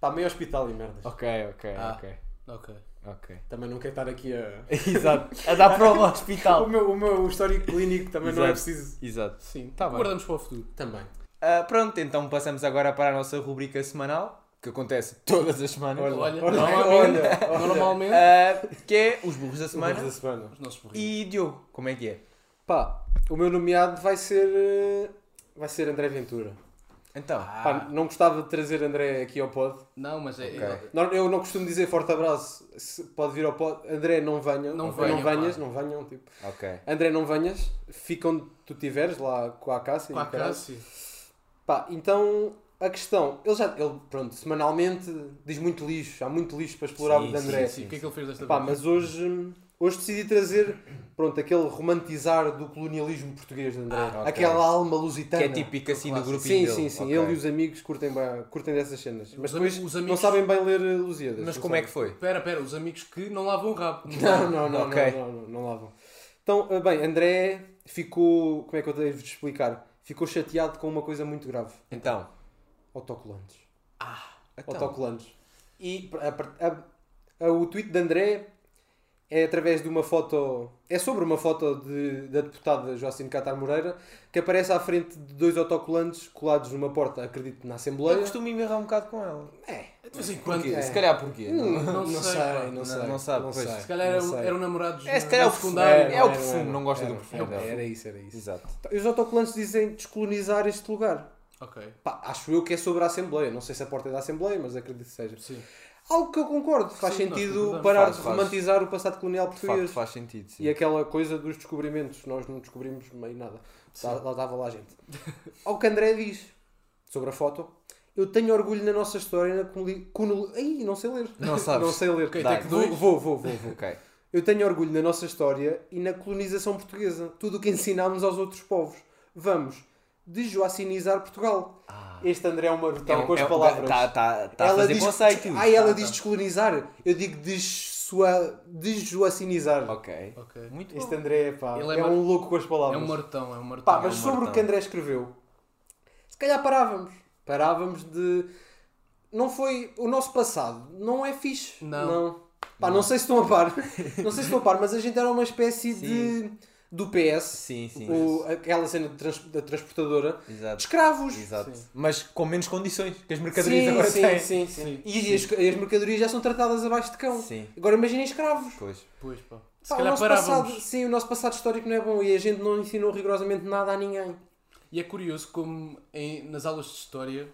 Pá, meio hospital e merdas.
Ok, ok,
Ah.
ok.
Ok.
Ok.
Também não quero estar aqui a.
Exato. A dar prova ao
O [LAUGHS]
hospital.
meu, o meu histórico clínico também não é
Exato.
preciso.
Exato.
Sim,
Tá bem.
guardamos para o futuro.
Também.
Ah, pronto, então passamos agora para a nossa rubrica semanal, que acontece todas as semanas.
Olha,
Olha,
olha,
normalmente,
olha, olha.
normalmente
Ah, que é os burros da semana.
Semana da semana.
os nossos burrinhos.
E Diogo, como é que é?
Pá, o meu nomeado vai ser. eh, Vai ser André Ventura.
Então,
Pá, não gostava de trazer André aqui ao pod.
Não, mas é,
Ok.
Não- Eu não costumo dizer forte abraço, se pode vir ao pod. André, não venham.
Não
Ou
venham,
não venhas,
pá.
não venham. Tipo.
ok.
André, não venhas. Fica onde tu estiveres, lá com a Cássia.
é com
e
a
o caralho.
Cássio.
Pá, então a questão. Ele já. Ele, pronto, semanalmente diz muito lixo. Há muito lixo para explorar
Sim,
de André.
Sim, o que é que ele fez desta
Pá,
vez?
mas hoje, hum, hoje decidi trazer pronto, aquele romantizar do colonialismo português de André.
Ah, ok.
Aquela alma
Que
lusitana.
é típico assim do grupinho
Sim,
dele.
sim, sim.
Ok.
Ele e os amigos curtem, bem- curtem dessas cenas. Mas
Os
depois
amigos- os
não
amigos-
sabem bem ler eh, Lusíadas.
Mas
não
como é que
sabem.
foi?
Pera, pera, os amigos que não lavam o
[LAUGHS]
rabo.
Não, não, não,
Ok.
não, não, não, não lavam. Então, eh, bem, André ficou... Como é que eu devo explicar? Ficou chateado com uma coisa muito grave.
Então.
Autocolantes.
então.
autocolantes. E a par- a- a- o tweet de André é através de uma foto. É sobre uma foto de- da deputada Joacine Catar Moreira que aparece à frente de dois autocolantes colados numa porta, acredito, na Assembleia.
Eu costumo me errar um bocado com ela.
De vez em quando.
Porquê?
É.
Se calhar porquê?
Não,
Não
não
sei,
sei,
pá.
não
Não-
sei.
não sabe, pois.
sei,
Se calhar um-
não
eram,
sei.
eram namorados
É, se
na-
calhar é
no
o perfume.
secundário.
É o perfume, não gosta
era,
do perfume
Era,
dela.
era isso, era isso.
Exato.
Então, e os autocolantes dizem descolonizar este lugar.
Ok,
Pá, acho eu que é sobre a Assembleia. Não sei se a porta é da Assembleia, mas acredito que seja.
sim.
Algo que eu concordo. Faz
Sim, nós
sentido
concordamos.
parar
Faz,
de
faz.
romantizar o passado colonial
De facto,
português.
faz sentido. Sim.
E é aquela coisa dos descobrimentos, nós não descobrimos meio nada. Lá, lá estava lá a gente. Ao que André diz sobre a foto, eu tenho orgulho na nossa história, na colonização. Ai, não sei ler.
Não sabes.
não sei ler.
Ok,
Dai.
take
Vou,
dois.
vou, vou, vou, vou.
Ok.
Eu tenho orgulho na nossa história e na colonização portuguesa, tudo o que ensinámos aos outros povos. Vamos desjoacinizar Portugal. Este André é um marotão com as palavras.
Está tá, tá a
ela
fazer
diz,
conceitos.
Ah, ela
Tá,
diz
tá.
descolonizar. Eu digo desjoa- desjoacinizar.
Ok.
Ok. Muito
Este
bom.
André pá,
Ele é
é,
mar-
um louco com as
É
palavras.
um martão, é um martão.
Pá, mas
um
sobre o
martão.
que André escreveu, se calhar parávamos. Parávamos de. Não foi. O nosso passado não é fixe.
Não.
Pá, não, sei se estão a par. [LAUGHS] não sei se estão a par, mas a gente era uma espécie
Sim.
de. do PS.
Sim, sim.
o- aquela cena de trans- da transportadora. De
Exato.
escravos.
Exato.
Sim.
Mas com menos condições que as mercadorias
Sim,
agora
sim,
têm.
sim, sim.
Sim.
E as, as mercadorias já são tratadas abaixo de cão.
Sim.
Agora imaginem escravos.
Pois.
Pois, pá. Se
Pá, o
calhar
nosso
parávamos.
passado, sim, o nosso passado histórico não é bom e a gente não ensinou rigorosamente nada a ninguém.
E é curioso como em- nas aulas de história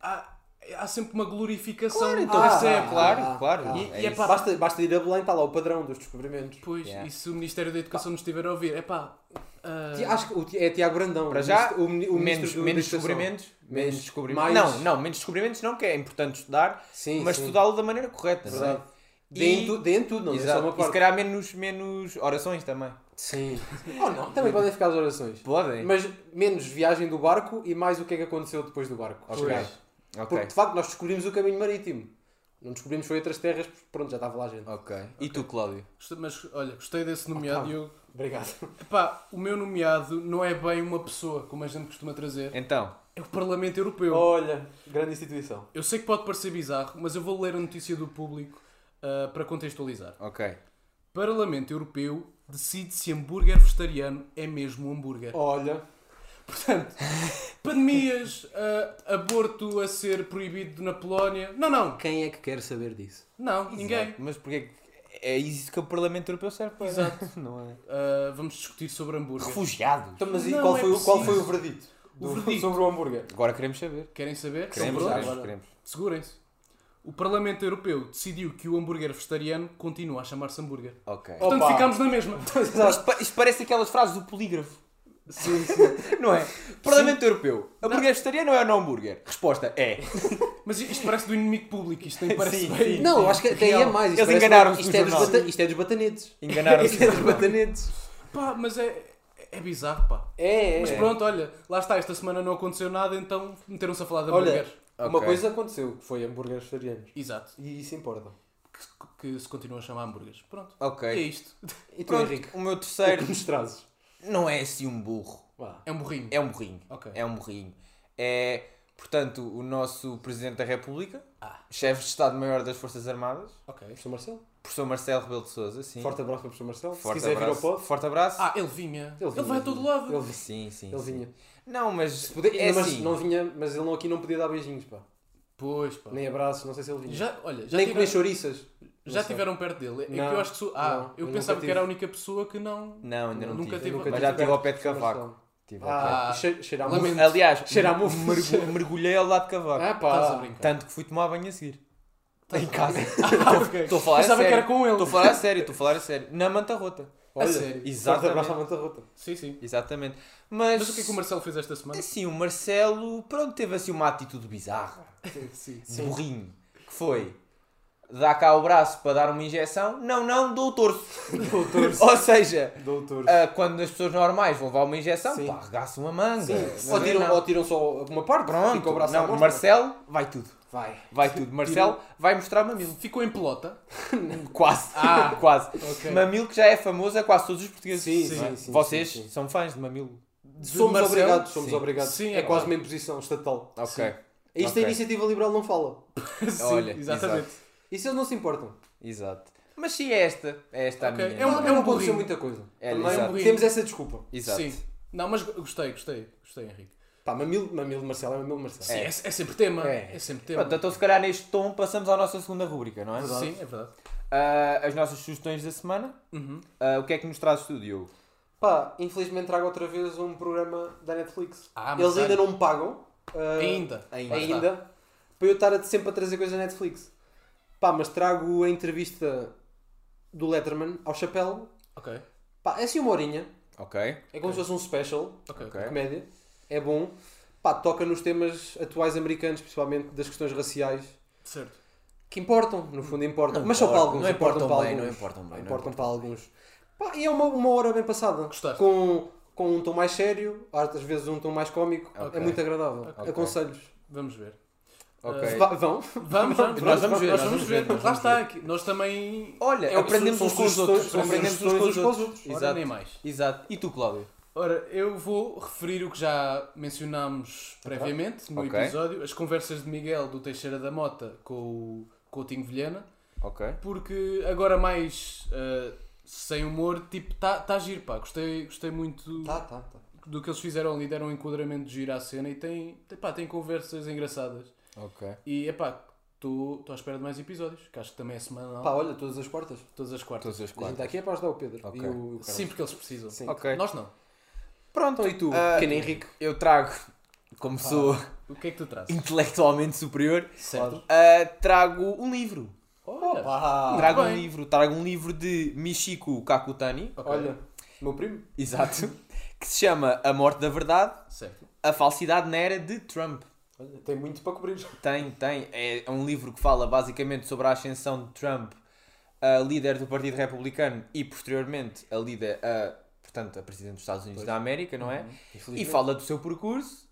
há, há sempre uma glorificação
Claro, então,
dessa
ah,
época.
claro,
ah,
claro.
ah.
E-
é
e é
isso.
pá-
Basta, basta ir a Belém, está lá o padrão dos descobrimentos.
Pois,
Yeah.
e se o Ministério da Educação nos estiver a ouvir, é pá. ah,
Ti- Acho que o Ti- é Tiago Brandão.
Para
o
já,
ministro- o, mini- o
menos,
ministro
menos
do- da Educação.
descobrimentos. Menos
Menos-
descobrimentos.
mais-
Não, não, menos descobrimentos não, que é importante estudar,
Sim,
mas
sim.
estudá-lo da maneira correta, não é?
Verdade. Deem,
E-
tu- deem tudo, não é
Exato.
só uma
E se
parte.
calhar menos, menos orações também.
Sim. [LAUGHS] é. Oh, não, também podem ficar as orações.
Podem.
Mas menos viagem do barco e mais o que é que aconteceu depois do barco.
Ok.
Se calhar.
Ok.
Porque de facto nós descobrimos o caminho marítimo. Não descobrimos foi outras terras, porque, pronto, já estava lá a gente.
Ok. E tu, Cláudio?
gost- Mas olha, gostei desse nomeado,
Opa.
Diogo.
Obrigado.
Epá, o meu nomeado não é bem uma pessoa, como a gente costuma trazer.
Então,
É o Parlamento Europeu.
Olha, grande instituição.
Eu sei que pode parecer bizarro, mas eu vou ler a notícia do público ah, para contextualizar.
ok.
Parlamento Europeu decide se hambúrguer vegetariano é mesmo um hambúrguer.
Olha.
Portanto, pandemias, ah, aborto a ser proibido na Polónia. Não, não,
Quem é que quer saber disso?
não, ninguém.
Exato. Mas porque é que- é isso que o Parlamento Europeu serve para.
Exato.
Não é?
Ah, vamos discutir sobre hambúrguer.
Refugiados.
Então, mas e
Não
qual,
é
foi, o- qual
preciso.
foi o verdito?
O
do-
verdito.
Sobre o hambúrguer.
Agora queremos saber.
Querem saber? Estão
Queremos,
prontos?
queremos,
agora.
queremos.
Segurem-se. O Parlamento Europeu decidiu que o hambúrguer vegetariano continua a chamar-se hambúrguer.
Ok.
Portanto,
Opa.
ficámos na mesma.
Oh, Isto, pa- isto parece aquelas frases do polígrafo.
sim, sim.
[LAUGHS]
Não é? Parlamento Europeu. Hambúrguer vegetariano ou é não hambúrguer? Resposta é.
Mas isto parece do inimigo público. Isto
[LAUGHS]
nem [LAUGHS] parece
Sim,
bem.
sim.
Não, eu acho que até é
Real.
mais. Isto
Eles
parece-
enganaram-se
isto,
no
é dos
jornal.
bata- isto é dos batanetes. [LAUGHS]
Enganaram-se.
Isto é dos batanetes.
Pá, mas é, é bizarro, pá.
É, é.
Mas pronto, olha, lá está, esta semana não aconteceu nada, então meteram-se a falar de
Olha.
hambúrguer.
Uma
Ok.
coisa aconteceu, que foi hambúrgueres vegetarianos.
Exato.
E isso importa.
Que, que se continua a chamar hambúrgueres. Pronto. É
Ok.
isto. é
E tu,
Pronto,
Henrique?
o meu
O que
terceiro
nos trazes?
não é assim um burro.
Vá.
É um burrinho.
É um burrinho.
Ok.
É um burrinho. É, portanto, o nosso Presidente da República,
Ah.
chefe de Estado-Maior das Forças Armadas,
Ok.
Professor Marcelo?
professor Marcelo Rebelo de Sousa, sim.
Forte abraço para o professor Marcelo. Se
Forte
quiser
abraço.
vir ao pod.
Forte abraço.
Ah, ele vinha. Ele,
vinha,
vai a todo lado.
Ele, vinha.
Sim, sim.
ele
sim.
vinha.
Não, mas,
Se puder-
é
mas
assim.
não vinha, mas ele não- aqui não podia dar beijinhos, pá.
Pois, pá.
Nem abraços, não sei se ele vinha.
Já, olha, já,
Nem
tiveram,
comer chouriças.
já
Não sei.
tiveram perto dele. É
Não,
que eu acho que sou. Ah,
não, eu
eu,
nunca
pensava que
tive.
era a única pessoa que não.
Não, ainda não
Nunca
tive.
tive-
Mas já
tive
tive ao
perto
pé de
do professor
cavaco.
Marcelo.
Tive ao pé.
Ah,
Ah,
e che- cheira a
lamento.
mofo.
Aliás,
Cheira a mofo.
mergu- mergulhei ao lado de cavaco.
Ah,
Estás a
pá.
brincar.
Tanto que fui tomar banho a seguir. Em casa.
Ah, ok.
Estou a falar a
Tá Pensava
sério.
que era com ele.
Estou a falar a sério, estou a falar a sério. Na manta rota.
Olha,
sério?
Forte
Exatamente.
abraço à manta rota.
Sim, sim.
Exatamente. Mas,
Mas o que é que o Marcelo fez esta semana?
assim, o Marcelo, pronto, teve assim uma atitude bizarra,
Sim.
de burrinho, que foi dá cá o braço para dar uma injeção, não, não, dou o
[LAUGHS]
torso.
Doutor.
Ou seja,
Doutor.
ah, quando as pessoas normais vão levar uma injeção,
Sim.
pá, arregaça uma manga. Não
Ou
é
tiram,
nada.
ou tiram só uma parte, fica o
Pronto,
braço à
não,
mostra.
Marcelo, vai tudo.
Vai.
Vai tudo. Marcelo vai mostrar mamilo.
Ficou em pelota. [LAUGHS]
Quase.
Ah,
[LAUGHS] quase.
ok.
Mamilo que já é famoso a quase todos os portugueses.
Sim,
não é?
sim, sim,
Vocês
sim, sim.
são fãs de mamilo.
Somos
Marcelo?
obrigados, somos
Sim.
obrigados.
Sim,
é
é claro.
quase uma imposição estatal.
Ok.
É Isto
Ok.
a iniciativa liberal não fala.
Sim,
Olha,
exatamente.
Isso eles não se importam.
Exato. Mas sim, é esta. É esta
Ok,
a minha.
é um-
Também
é um
não
burrinho.
aconteceu muita coisa.
É,
Também
exato.
temos essa desculpa.
Exato.
Sim. Não, mas gostei, gostei. Gostei, Henrique.
Pá, mamilo, mamilo de Marcelo é mamilo de
Sim,
Marcelo.
é, é sempre tema.
É.
É, sempre tema.
Pronto, então se calhar neste tom passamos à nossa segunda rúbrica, não é?
Sim, é verdade.
Ah, as nossas sugestões da semana.
Uhum.
Ah, o que é que nos traz tu, Diogo?
Pá, infelizmente trago outra vez um programa da Netflix.
Ah, mas
eles ainda
olha.
não me pagam. ah,
Ainda.
ainda.
Lá está.
ainda para eu estar a- sempre a trazer coisas da Netflix. Pá, mas trago a entrevista do Letterman ao Chapéu.
Ok,
Pá, é assim uma horinha.
Ok.
É como se fosse um special.
ok.
Ok.
comédia. É bom. Pá, toca nos temas atuais americanos, principalmente das questões raciais.
Certo.
que importam, no fundo importam,
Não
mas só para
importa,
alguns.
não importam
para
bem,
alguns.
não importam bem, não
Importam para alguns. Pá, e é uma, uma hora bem passada.
Gostaste?
Com, com um tom mais sério, às vezes um tom mais cómico.
Ok.
É muito agradável.
Ok.
Aconselho-vos.
Vamos ver.
Ok.
Vá- Vão.
Vamos, vamos,
Nós vamos ver, nós
Nós vamos
vamos
ver.
ver, nós
Lá
vamos
está. aqui. Nós também.
Olha,
É o que
aprendemos
são
uns com os
sugestões-
outros.
são
Aprendemos uns
sugestões
com os
uns com os
outros.
Ora, nem
Exato.
mais.
Exato. E tu, Cláudio?
Ora, eu vou referir o que já mencionámos previamente no
Ok.
episódio, as conversas de Miguel do Teixeira da Mota com o Coutinho Vilhena,
Ok.
porque agora mais ah, sem humor, tipo, está tá giro, pá. Gostei, gostei muito
Tá, tá, tá.
do que eles fizeram ali, deram um enquadramento giro à cena e tem, tem, pá, tem conversas engraçadas.
Ok.
E, epá, estou à espera de mais episódios, que acho que também é semanal,
Pá, olha, todas as portas.
todas as quartas.
Todos os
A gente
quatro.
está aqui é para ajudar o Pedro.
Ok.
E o, o Carlos.
Sempre que eles precisam.
Sim.
Ok.
Nós não.
Pronto, e tu,
Então, Ah,
pequeno Henrique?
Eu trago, como sou [LAUGHS]
O que é que tu trazes?
intelectualmente superior,
Certo.
ah, trago um livro.
Olha.
Pá,
trago um
bem.
livro. Trago um livro de Michiko Kakutani.
Ok.
olha, meu primo.
[LAUGHS] Exato. que se chama A Morte da Verdade,
Certo.
A Falsidade na Era de Trump.
Olha, tem muito para cobrir.
Tem, tem. É um livro que fala basicamente sobre a ascensão de Trump a líder do Partido Republicano e posteriormente a líder, a, portanto, a presidente dos Estados Unidos da América, não é? E
Uhum. Infelizmente.
fala do seu percurso,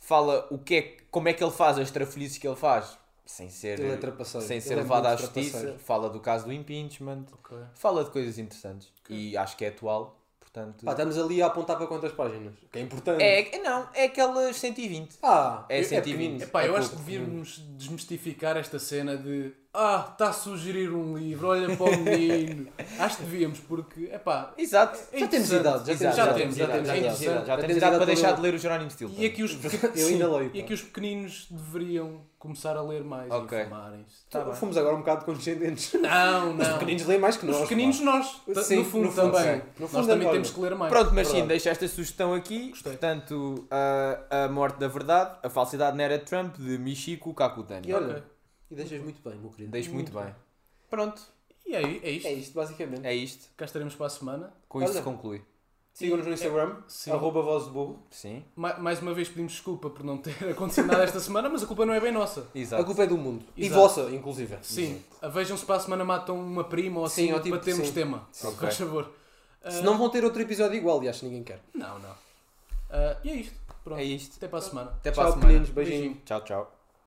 fala o que é, que- como é que ele faz as trafolhices que ele faz sem ser,
Ele é trapaceiro.
sem ser
Ele é
levado à
muito
justiça,
trapaceiro.
fala do caso do impeachment,
Ok.
fala de coisas interessantes e acho que é atual, portanto.
Pá, estamos ali a apontar para quantas páginas? Que é importante.
É, é- não, é aquelas 120.
Ah,
É
eu-
sentido.
pequenino.
Epá, eu
É
acho que
pouco.
devíamos desmistificar esta cena de Ah, está a sugerir um livro, olha para o
[LAUGHS]
menino. acho que devíamos, porque, epá,
Exato.
é
Já temos
interessante.
idade, já temos
Exato,
Já
idade,
temos,
já temos, já temos
idade,
idade. Já temos idade
idade
para
para
deixar
ler.
de ler o Jerónimo Stilton.
E aqui, os pequeninos,
Eu ainda leio,
e aqui os pequeninos deveriam começar a ler mais
Ok.
e informarem-se. Tá bem.
Fomos agora um bocado condescendentes.
Não,
Os
não.
pequeninos leem mais que nós.
Os
pá.
pequeninos nós, ta-
Sim,
no fundo,
no fundo,
também.
sim. No
nós
fundo,
também
olha.
temos que ler mais.
Pronto, mas sim,
Verdade.
deixo esta sugestão aqui.
Gostei.
Portanto, a, a morte da verdade, a falsidade na era Trump, de Michiko Kakutani.
E olha,
Ok.
e deixas muito bem, meu querido.
Deixo muito,
muito
bem. Pronto,
E aí, é isto.
É isto, basicamente.
é isto.
Cá estaremos para a semana.
Com isto
Olha.
se conclui.
Sigam-nos no Instagram,
Sim.
arroba voz de burro.
Sim,
Ma- Mais uma vez pedimos desculpa por não ter [LAUGHS] acontecido nada esta semana, mas a culpa não é bem nossa.
exato.
A culpa é do mundo. E
Exato.
vossa, inclusive.
Sim, vejam-se para a semana matam uma prima ou assim
Sim, ou tipo,
para termos
sim.
tema.
Sim.
Faz favor. Ah.
Se não vão ter outro episódio igual, aliás, ninguém quer.
Não, não. Ah, e é isto. Pronto.
É isto.
Até para a semana.
Até para a semana.
Tchau, pequeninos. Beijinho.
Beijinho.
Tchau, tchau.